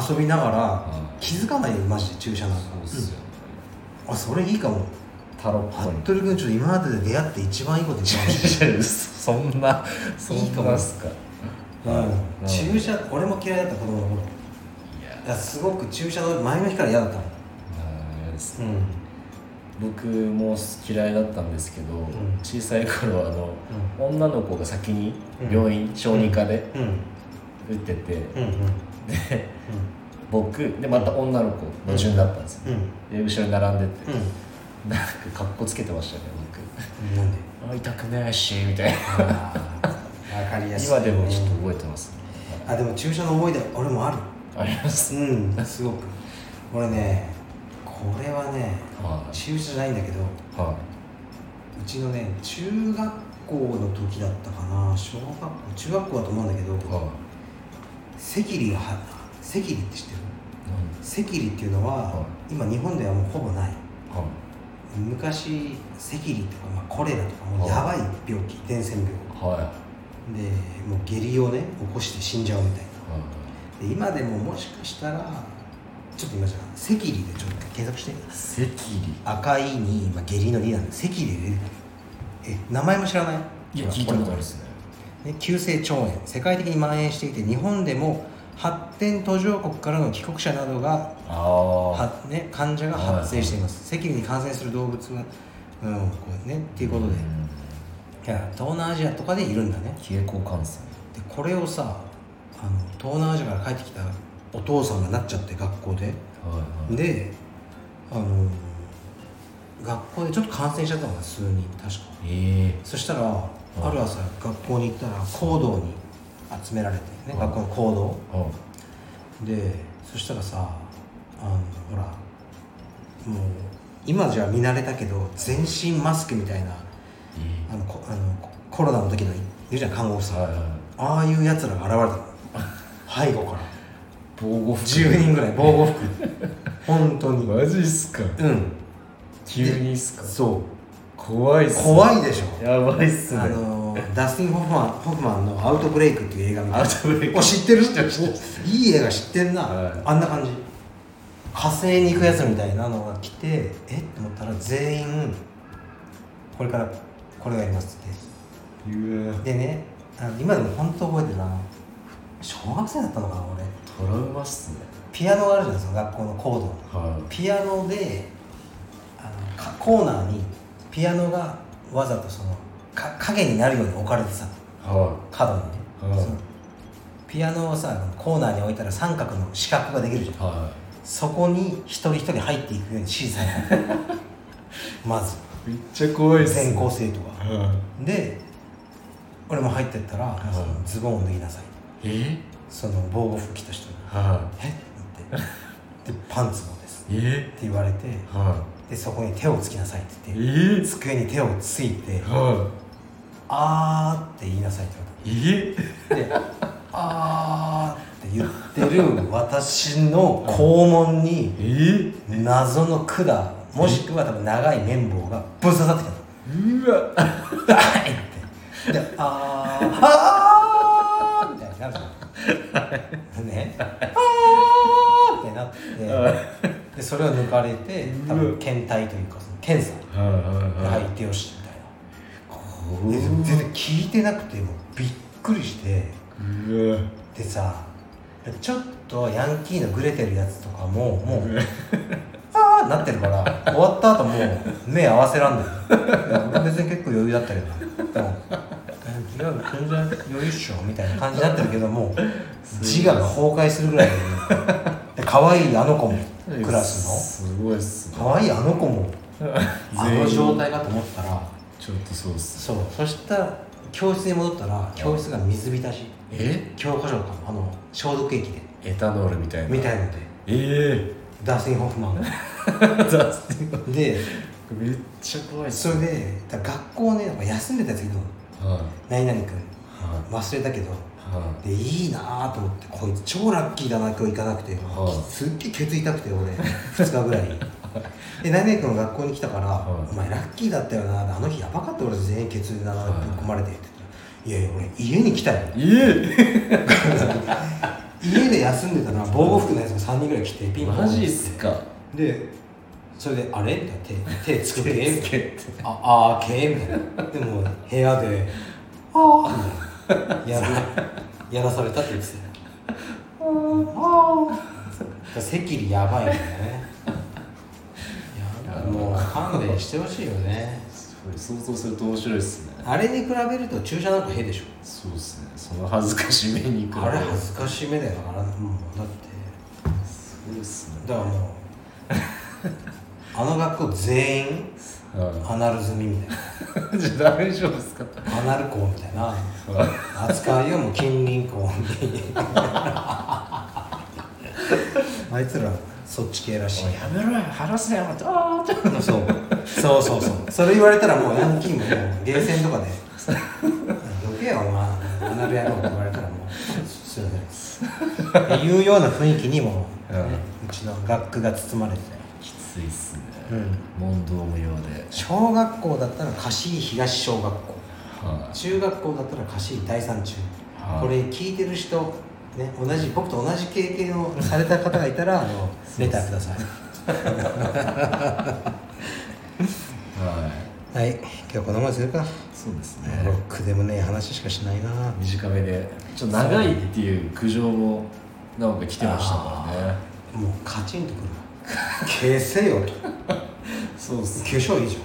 遊びながら
うん
気づかないよマジで注射なんか
そうっすよね、
あそれいいかも
タロッコに
服部君ちょっと今までで出会って一番いいこと言ってまし
そんなそ
いいか
ん
も
なっすか *laughs*
た、うん、注射俺も嫌いだった子供の頃
いや
いやすごく注射の前の日から嫌だったの
あー嫌です
うん
僕も嫌いだったんですけど、
ん
小さい頃あの、女の子が先に病院、小児科で
うん
打ってて、
うん
で僕でまた女の子の順だったんですよ、
うんうん
で後ろに並んでて、
うん
*laughs* なんかかっこつけてましたね
うんなんで
僕あ痛くないしみたいな
あーわかりやすい
今でもちょっと覚えてますね、
あでも注射の思い出俺もある
あります
うんすごく俺ねこれはね
はい
注射じゃないんだけどう
は
ちのね中学校の時だったかな小学校中学校だと思うんだけ
い
ど
は
セキリがはセキリって知ってる
いなん
セキリっていうのは、
は
今日本ではもうほぼない
は
昔セキリとか、まあ、コレラとかもうやばい病気伝染病
いはいは
でもう下痢をね起こして死んじゃうみたい
い
なで今でももしかしたらちょっと今じゃあ赤痢でちょっと検索して
赤痢
赤いに、まあ、下痢の痢なんで赤痢で出てくるえ名前も知らない
るっすね
ね急性腸炎世界的に蔓延していて日本でも発展途上国からの帰国者などが
ああは
は、ね、患者が発生しています赤痢に感染する動物がうんこうねっていうことで、いや東南アジアとかでいるんだね
経口感染
でこれをさあの東南アジアから帰ってきたお父さんがなっちゃって学校で
はいはい
であの学校でちょっと感染しちゃったのが数人確か
ええ
そしたらある朝学校に行ったら講堂に集められてね
うん
学校の講
は
堂でそしたらさあのほらもう今じゃ見慣れたけど全身マスクみたいなあのこあのココロナの時のいるじゃん看護婦
い
さん
はいはい
ああいうやつらが現
*laughs*
れたの背後から
防護服
10人ぐらい防
*laughs*
護服本当に
マジっすか
うん
急にっすか
そ
怖いっ
う
すね
怖いでしょ
やばいっすね
あのーダスティン・ホフマンホフマンの「アウトブレイク」っていう映画みたいな
アウトブレイク
お知ってるおいい映画知ってんな、
はい
あんな感じ火星に行くやつみたいなのが来てえっと思ったら全員これからこれをやりますって
うわ
でねあの今でも本当覚えてるな小学生だったのかな俺
トラウマっすね
ピアノがあるじゃないですか学校の講堂の
は
ピアノであのかコーナーにピアノがわざとそのか影になるように置かれてさ
いは
角にね、
はい
そのピアノをさコーナーに置いたら三角の四角ができるじゃん
いは
そこに一人一人入っていくように指示され *laughs* るまず
いめっちゃ怖いっすね
全校生徒が
は
で俺も入ってったら、そのズボンを脱ぎなさい
いえ
その防護服着た人に
は
「えっ?」って *laughs* で「パンツもです」
いえ
って言われて
は
でそこに手をつきなさいって
い
言って
え
机に手をついて
は
「あー」って言いなさいって
いえ
言われたで「あー」って言ってる私の肛門に
え
謎の管もしくは多分長い綿棒がぶっ刺さってきたの
うわ
「ダーンってで「あー」あーみたいになるじゃんね「あー」ってなってでそれを抜かれて多分検体というかその検査
はいはいは
相
い
手をしてみたいな。
こ
で全然聞いてなくてもうびっくりして
うわ
でさちょっとヤンキーのグレてるやつとかももうああなってるから終わった後もう目合わせらんない俺別に結構余裕だったけどなもうえ違う全然余裕っしょみたいな感じになってるけどもう自我が崩壊するぐらいでで可愛いあの子もクラス
のすごいっす
の
ね
可愛いあの子もあ
全
の
員
状態かと思ったら
ちょっとそうっす
そうそしたら教室に戻ったら教室が水浸し
え
教科書かあの消毒液で
エタノールみたいな
みたいので
え
ダースティン・ホフマンが
*laughs* えー、
で
めっちゃ怖いっ
それでだから学校ねなんか休んでたやついるの
は
何々君
いは
忘れたけど
いは
でいいなーと思ってこいつ超ラッキーだな今日行かなくて、
はい
すっげえケツ痛くて俺2日ぐらいで何々君が学校に来たから「
はい
お前ラッキーだったよな」あの日やばかった俺全員ケツでなぶっ込まれて」って言ったらいやいや俺家に来たよ
え
家で休んでたら防護服のやつも3人ぐらい来てピンポン
マジっすか
でそれで「あれ?」みたいな手手作って
手
み
つ
た
け
いな
て
「ああーけ?」みたいなでも部屋で「ああ」みたいなやらやらされたって言ってたよあーあ席りやばいよねや *laughs* ばいもう勘弁してほしいよね
すごい想像すると面白いっすね
あれに比べると注射なんかへでしょ
そうっすねその恥ずかしめに行く
あれ恥ずかしめだよな、うん、だって
すごいっすね
だから *laughs* もうあの学校全員アナル済みみたい
あ *laughs* じゃあ大丈夫っすか
なアナル校みたいな扱いをもう近隣校にあいつらそっち系らしい
やめろよ腹すやろってあーって
そうそうそうそうそれ言われたらもうヤンキーももうゲーセンとかで「どけよお前アナルやろう」って言われたらもうすいませんですっていうような雰囲気にもう,、
うん
ちの学区が包まれてたよ
きついっすね、
うん
問答無用で
小学校だったら貸井東小学校
はい
中学校だったら貸井第三中、
はい
これ聞いてる人、ね、同じ僕と同じ経験をされた方がいたらあのレターください
は
はい今日このままするか
いそうです
ロ
ね
ックでもねえ話しかしないな
短めでちょっと長いっていう苦情もなんか来てましたからね
もうカチンとくる消せよと
*laughs* そうっす
化粧いいじ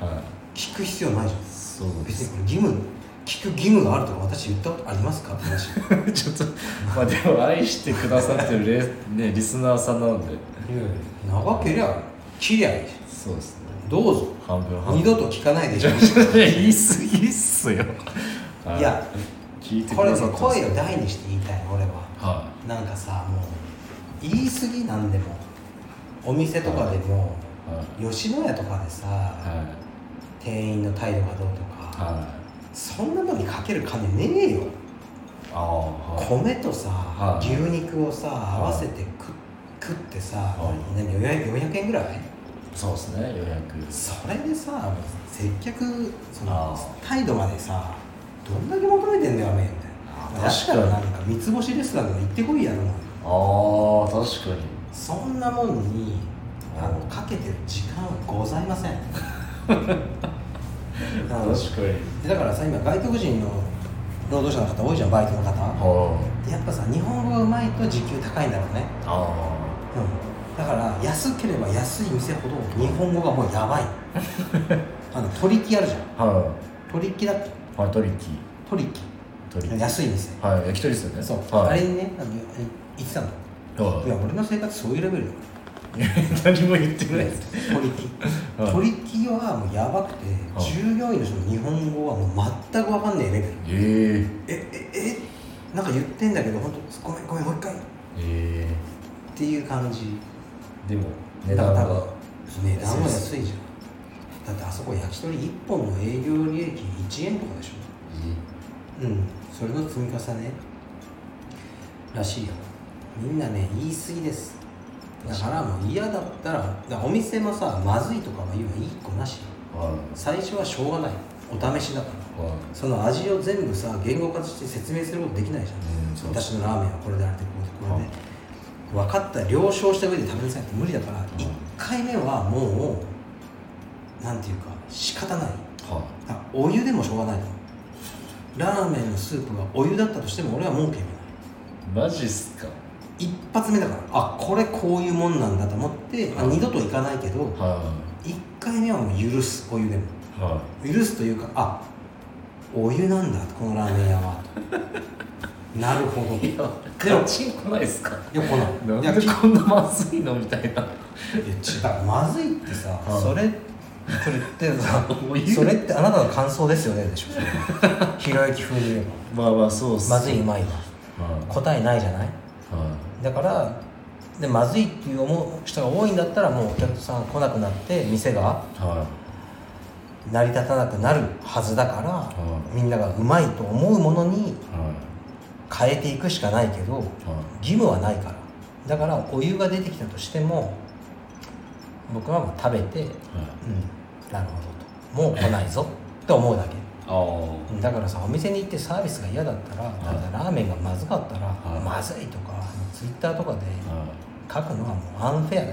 ゃん
は
聞く必要ないじゃ
い
ん
そうで
別に
す
これ義務聞く義務があるとか私言ったことありますかって
*laughs*
話
*laughs* ちょっとまあでも愛してくださってるレねリスナーさんなので
長けりゃ切りゃいいじ
そうですね
ゃんどうぞ
半分半分
二度と聞かないで
*laughs*
しょ
言い過ぎっすよはい
や
聞いて
こ
く
れ
だ
ね
さってます
声を大にして言いたい俺は
は
なんかさもう言い過ぎなんでもお店とかでも
いはい
吉野家とかでさ、
はい
店員の態度がどうとか、
はい
そんなのにかける金ねえよ、
ああはい
米とさ、
はい
牛肉をさ
い
合わせて食,、食ってさ、
はい
何400 400円ぐらい
そうですね予約
それでさ接客そ
あ
の態度までさどんだけ求めてんだよおめえみたいな
あ
だ
確
っ
か
た
に
らなんか三つ星レストランとか行ってこいやろ
ああ確かに
そんなもんにあの
あ
かけてる時間はございません
*laughs*
あの
確かに
だからさ今外国人の労働者の方多いじゃんバイトの方
は
でやっぱさ日本語がうまいと時給高いんだろうね、
ああ
うん、だから安ければ安い店ほど日本語がもうやば
*laughs*
いあの取引あるじゃん
あは
取引だっけ
いはいトリッキー
取引
トリッキー
安い店
はい焼き鳥ですよね
そう、
はい
あれにねあのえ言ってたのい
はい
や俺の生活そういうレベルよ
何も言って *laughs* ないです
取引
はい
取引はもうやばくて、
はい
従業員の人の日本語はもう全く分かんないレベル
え
えええなんか言ってんだけど本当ごめんごめんもう一回っ
ええ
ていう感じ
えでも値段
だから多
が
分値段も安いじゃんだってあそこ焼き鳥1本の営業利益1円とかでしょうんそれの積み重ねらしいよみんなね言い過ぎですだからもう嫌だったらだからお店もさまずいとかは言うはいい子なしよ
は
最初はしょうがないお試しだから
いは
その味を全部さ言語化して説明することできないじ
うん
ゃ
そ
ん、
う
私のラーメンはこれであれでこうでこれ
は
で、分かった了承した上で食べなさいって無理だから、1回目はもうなんていうか仕方ない
いは
あお湯でもしょうがないのラーメンのスープがお湯だったとしても俺は文句言わない
いマジっすか
一発目だからあこれこういうもんなんだと思って、あ
はい
二度と行かないけど
は
1回目はもう許すお湯でも
いは
許すというかあお湯なんだこのラーメン屋は
*laughs*
となるほどい
いや
でも
カチンこないっすか
やこ
な
の
ん
いやきい
でこんなまずいのみたいな
や違うまずいってさ
はい
それそれってさ
お湯
それってあなたの感想ですよねでしょひろゆき風に言え
まあまあそうっす
ばまずいうまいは
は
答えないじゃない
いは
だからでまずいっていう思う人が多いんだったらもうお客さん来なくなって店が
いは
成り立たなくなるはずだから、
い
みんながうまいと思うものに
いは
変えていくしかないけど
いはい
義務はないからだからお湯が出てきたとしても僕はもう食べて、うん、なるほどともう来ないぞって思うだけ
ああ
だからさお店に行ってサービスが嫌だったらただラーメンがまずかったら、
はい
まずいとかツイッターとかで
は
書くのはもうアンフェアだよね、
いうん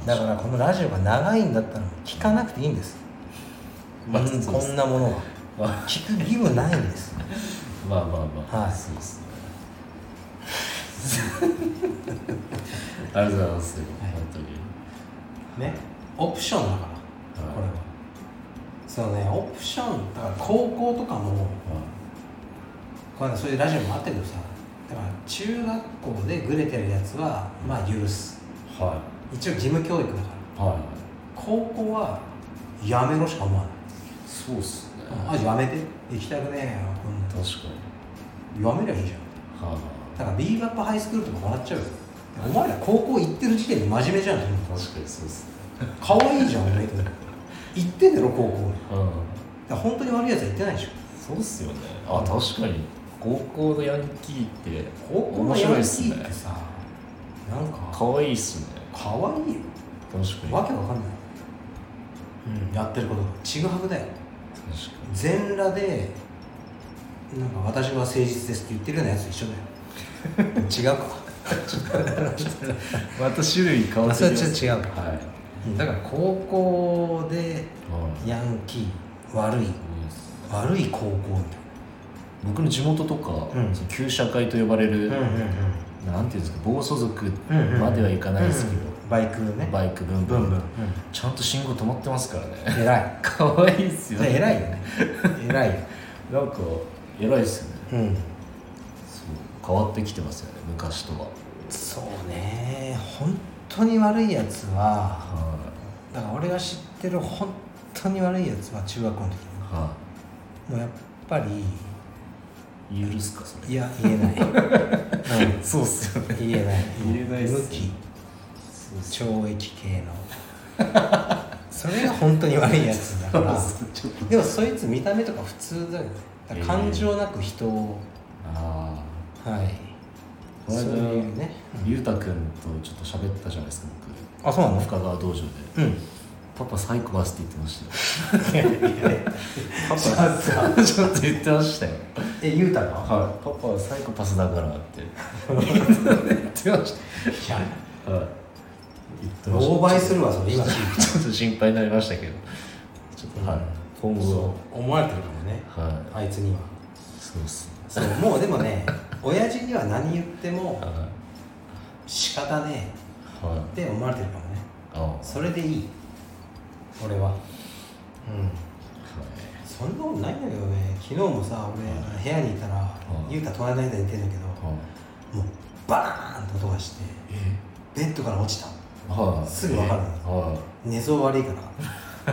うん、だからこのラジオが長いんだったらもう聞かなくていいんです、
まあ
うん
そうです
こんなものは
まあ
聞く義務ないんです
まあまあまあ、
はい
そうですねありがとうございます、本当に
ねオプションだから、
はい
これはそのねオプションだから高校とかもこのそういうラジオもあったけどさだから中学校でグレてるやつはまあ許す
は
一応義務教育だから
いはい
高校はやめろしか思わない
そうっすね
あやめて行きたくねえよこんな
確か
やめりゃいいじゃん
にはい
だからビーバップハイスクールとか笑っちゃうよお前ら高校行ってる時点で真面目じゃん
確かにそうっすね
可愛いじゃんお前と行ってんだろ高校だか
うん
ら本当に悪いやつは行ってないでしょ
そうっすよねあ確かに高校のヤンキーって
高校の
面
ヤン
白
キ
いっすね
ーってさなんか
可愛いっすね
可愛いよ
確かに
わ
確か
けわかんない、うん、やってることがちぐはぐだよ全裸でなんか私は誠実ですって言ってるようなやつと一緒 *laughs* だよ違うか
にまた種類変わってきます
それちょっと違う
はい、は
う
い
ん
だから高校でヤンキー悪い悪い高校み
僕の地元とか、
うん
その旧社会と呼ばれる、
たいな
なんていうんですか暴走族
うんうんうん
まではいかないですけど、
バイクね
バイクブンブ
ブ
ン
ンブン、
ちゃんと信号止まってますからね
偉い
可愛いっすよね
偉いよ
*laughs*
ね偉いよ
なんか偉いっすよね
うん
そう変わってきてますよね昔とは
そうね本当に悪いやつは
は
だから俺が知ってる本当に悪いやつは中学校の時
いは
もうやっぱり
い許すかそれ
いや *laughs* 言えない、うん
そうっすよね
言えない
言えないっすね
無期懲役系のそれが本当に悪いやつだから
ちょっと
でもそいつ見た目とか普通だよねだから感情なく人を、
あ
はい
あ
そういうね
ゆうたくんとちょっと喋ったじゃないですか
あそうな
僕深川道場で
*laughs* うん
パパサイコパスって言ってましたよ
*laughs*
パパちょっと言ってましたよ
えゆうたが
はい、パパはサイコパスだからって言ってましたはい言ってました
狼狽するわそれ今
ちょっと心配になりましたけどちょっとはい今後は
思われてるかもね
はい
あいつには
そうっすね
そうもうでもね親父には何言っても
はい
仕方ね
はい
えって思われてるかもね
あは
それでいい俺はうん
い
そんなことないんだけどね昨日もさ俺部屋にいたら
い
雄太隣の間に寝てんだけど
はい
もうバーンと音がしてベッドから落ちた
はい
すぐわかる
は
寝相悪いか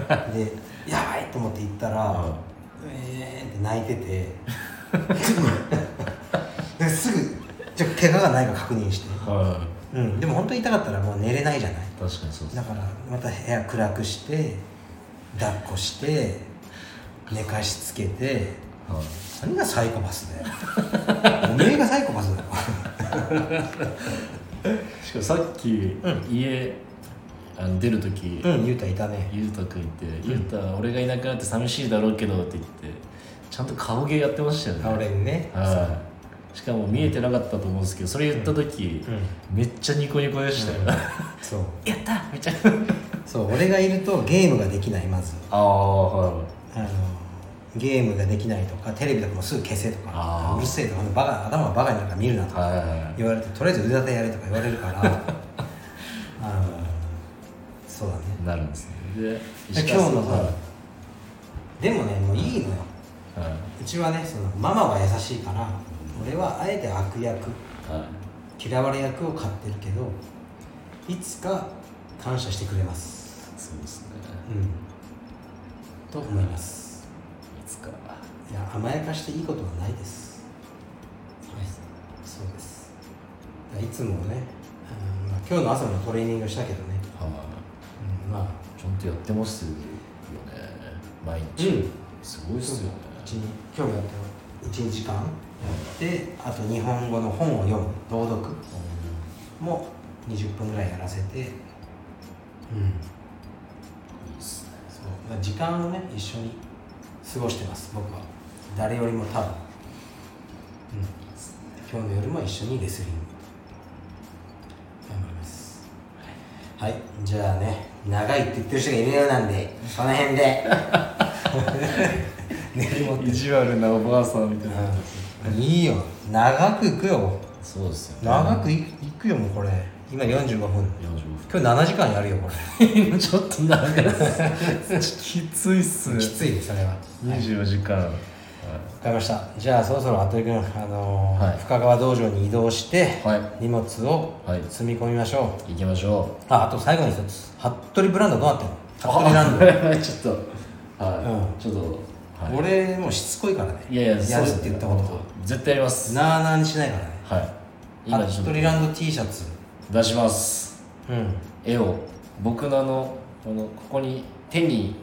らでやばいと思って行ったら
は
「えー」って泣いててすぐじゃあ怪我がないか確認して、
いは
うん、でも本当に痛かったらもう寝れないじゃない
い確かにそうっす
だからまた部屋暗くして抱っこして寝かしつけて
はい
何がサイコパスだよおめえがサイコパスだよ
しかもさっき家あの出る時
うん雄太いたね
ゆうたくんいて「ゆうた俺がいなくなって寂しいだろうけど」って言ってちゃんと顔芸やってましたよね
俺にね
はいしかも見えてなかったと思うんですけどそれ言った時、めっちゃニコニコでしたよ、や
そう
っためっちゃあ
そう俺がいるとゲームができないまず
あはい
あのゲームができないとかテレビとかもすぐ消せと
あ
か
ー
うるせえとかバカ頭がバカになんか見るなとか
はいはい
言われてとりあえず腕立てやれとか言われる
*laughs*
からあのそうだね
なるんですねで
で
石
今
川
日
さん
のさ
は
でもねもういいのよ
いはいう
ちはねそのママは優しいから俺はあえて悪役
はい
嫌われ役を買ってるけどいつか感謝してくれます
そうですね
うんと思います
いつか
いや甘やかしていいことはないですはいそうですだからいつもね、うんまあ今日の朝もトレーニングしたけどね、
はい
うん、まあ
ちゃんとやってますよね毎日、
うん
すごいっすよね
一日今日もやったよ1時間やってあと日本語の本を読む朗読も20分ぐらいやらせてうん
いいっすね
そうだから時間をね一緒に過ごしてます僕は誰よりも多分、うん、今日の夜も一緒にレスリング頑張りますはいじゃあね長いって言ってる人がいるようなんでこの辺で根に持って
意地悪なおばあさんみたいな、
うん *laughs* いいよ長くいくよ
そうですよね
長くいいくよもうこれ今45分今日7時間やるよこれ
45分ちょっと長いです
きついっすね
*laughs* きついそれは
24時間、
わかりましたじゃあそろそろ服部君、あのー
はい
深川道場に移動して、
は
荷物を
はい
積み込みましょう、
行きましょ
ああと最後に一つ服部ブランドどうなってんの服部ブランド、
うちょっとはい、ちょっとはい
俺もうしつこいからね
いやいや
や
そ
る
うで
っ
す
て言ったこと
絶対やります
なあなあにしないからね
はい今ちょっ
服部ランド T シャツ
と出します
うんうん
絵を僕のあのこのここに手に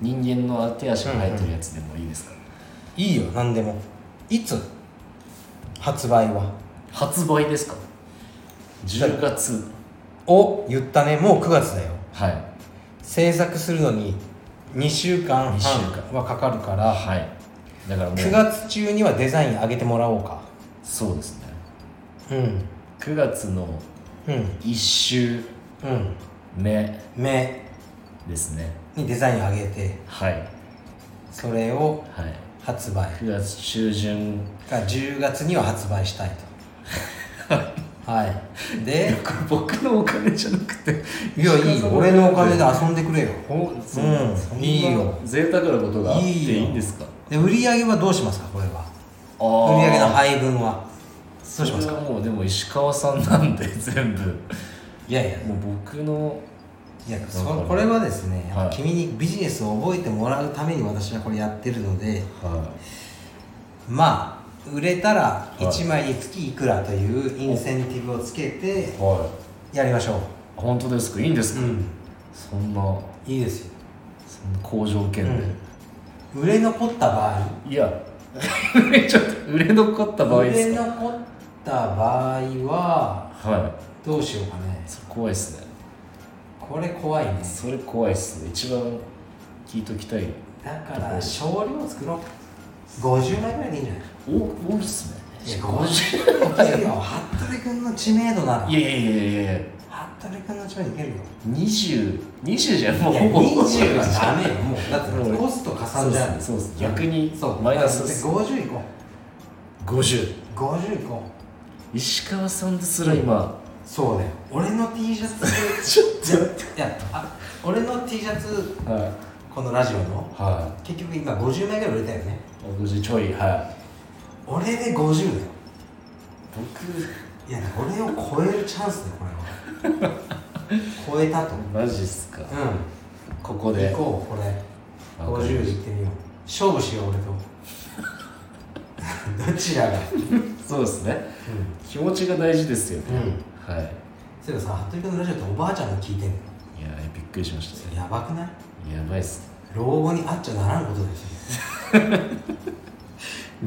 人間の手足が入ってるやつでもいいですか、
いいよ何でもいつ発売は
発売ですか10月
お言ったねもう9月だよ
はい
制作するのに2週間
二週間
半はかかるか
あ
ら
はいだからもう
9月中にはデザイン上げてもらおうか
そうですね
うん
9月の
うん
1週
うん
目
目
ですね
にデザイン上げて
はい
それを
はい
発売
9月中旬
が10月には発売したい *laughs* とはいで
僕のお金じゃなくて
いやいいよ俺のお金で遊んでくれよ
ほそ
うん
そない
いよ
贅沢なことがあって
いいよ
いいんですか
で売り上げはどうしますかこれは
ああ
売り上げの配分はどうします
それ
か
はもうでも石川さんなんで全部
いやいや
もう僕の
いやそこれはですね、
はい
君にビジネスを覚えてもらうために私はこれやってるので
は
まあ売れたら
い
1枚につきいくらというインセンティブをつけて
いは
やりましょ
い本当ですかいいんです
う
か、
ん
そんなそ
いいですよ、
んな好条件で、
売れ残った場合
いや *laughs* ちょっと売れ残った場合
売
で
れ
すか
残った場合は
は
どうしようかね
いそれ怖いですね
これ怖いね
それ怖いっすね一番聞いときたい
だから少量作ろう50枚ぐらいでいいんじゃない
お多いっすね
いや50枚いけるよ服部君の知名度なら
いやいやいやいやいや
服部君の知名度いけるよ
2020じゃんも
いうや
ほぼ
20はダメよもうだってコスト加
そ
算
う
じ
で
ゃん
すそうです逆に
そう
マイナスです
50いこ
50
う50いこう
石川さんですら今
そうだよ俺の T シャ *laughs* ツ
ちょっと
いやあ俺の T シャツ
はい
このラジオの
は
結局今50枚ぐらい売れたよね
い50ちょいは
俺で50だよ
い僕
いや俺を超えるチャンスだよこ
*laughs*
れは超えたと
マジっすか
う
ここ
ん
で
行こうこれ
わかり
50
ま
で
し
行ってみよう勝負しよう俺
*laughs*
と *laughs* どちらが
そうですね
う
気持ちが大事ですよね
んうん
はい
そういえばさ服部君のラジオっておばあちゃんが聞いてんの
いやーびっくりしましたね
やばくない
やばいっすね
老後にあっちゃならんことですよ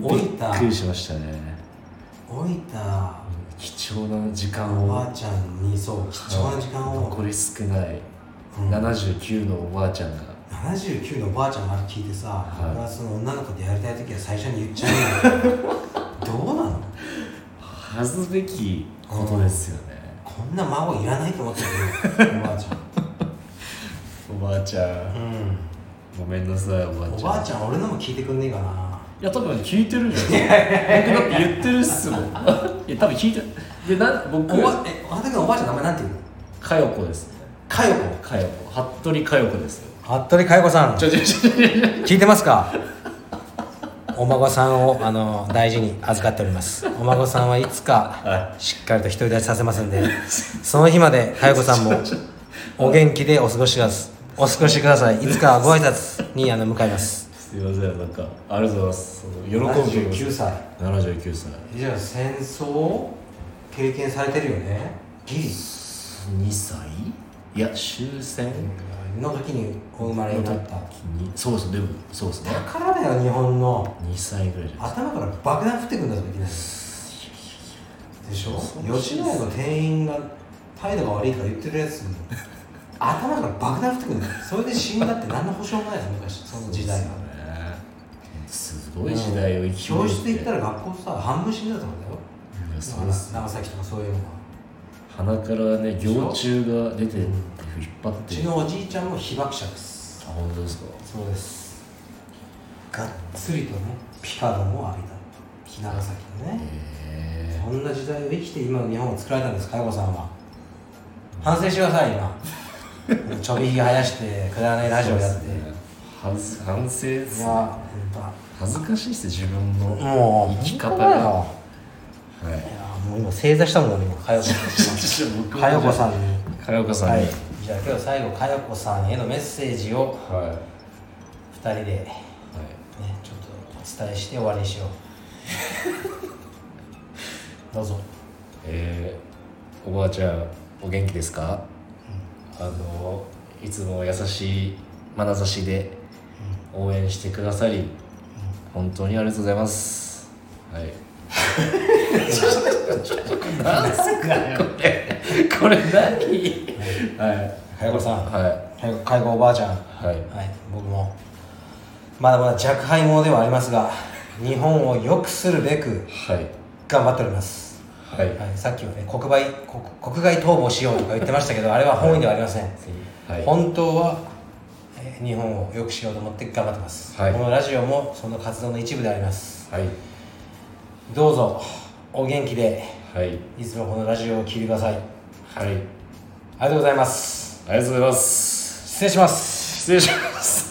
老い
び
た
っくりしましたね
老いた
貴重な時間
お
を
ばあちゃんにそう貴重な時間を、
残り少ない、
うん
79のおばあちゃんが
79のおばあちゃんが聞いてさ、
はい
僕がその女の子とやりたい時は最初に言っちゃうよどうなの
恥ずべきことですよね、
こんな孫いらないと思ってるよおばあち
おばあちゃ
ゃ
ん
ん、うん、
ごめんなさいおばあちゃん
おばあちゃん俺のも聞いてくんねえかない
や多分聞いてるんじゃないですか僕だって言ってるっすもん *laughs* いや多分聞いてるでな僕
おばえあなたのおばあちゃんの名前なんて言うの
かよこですね
かよ
かよこ服部かよこですよ
こ服部かよこさん
ちょちょちょちょちょ
聞いてますかお孫さんをあの大事に預かっておりますお孫さんはいつかしっかりと独り立ちさせますんでその日まで佳代子さんもお元気でお過ごしくださいお過ごしくださいいつかご挨拶にあの向かいます
すいませんなんかありがとうございますその喜ぶ気持ち
79歳
79歳
じゃあ戦争を経験されてるよねギリ
2歳いや終戦
の時にお生まれになった
にそうそうでもそうですね
だからだよ日本の
2歳ぐらいじゃない
頭から爆弾降ってくんだぞいきなりでしょ吉野家の店員が態度が悪いから言ってるやつ頭から爆弾降ってくるんだよそれで死んだって何の保証もないです昔その時代は
すごい時代を生き
教室で行った
ら
ら学校さ半分死んでたと思うんだよ
そうです
長崎とかそういうのは
鼻からね行虫が出て引っ張っ
う
て
ちのおじいちゃんも被爆者です
あ本当ですか
そうですがっつりとねピカドンを浴びた長崎のね
へ
そんな時代を生きて今の日本を作られたんです海保さんは反省してください *laughs* 今ちょびひげ生やしてくだらないラジオやって、
え反反省
い
っす
や
ね
本
恥ずかしいっす自分の
当もう
生き方
本当だよ
がは
い
い
やもう今正座したもんね今佳代子さ
ちょっと僕
ん *laughs*
も
佳代子さんに
佳代子さ
は
ん
い
に
じゃあ今日最後佳代子さんへのメッセージを
はいは
2
い
人で、ね、ちょっとお伝えして終わりにし *laughs* ようどうぞ
えーおばあちゃんお元気ですか、あのいつも優しい眼差しで応援してくださり、本当にありがとうございますはいこれ何はい
佳代子さん
は
佳代子佳代子おばあちゃんはい
はい
僕もまだまだ若輩者ではありますが日本を良くするべく
はい
頑張っております
はいはい
はい、さっきはね国外国国外逃亡しようとか言ってましたけどあれは本意ではありません、
はい
本当は、えー日本を良くしようと思って頑張ってます、
はい
このラジオもその活動の一部であります
はい
どうぞお元気で
はい
いつもこのラジオを聴いてくださいあり
あり
がとうございます
がとうございます
失礼します
失礼します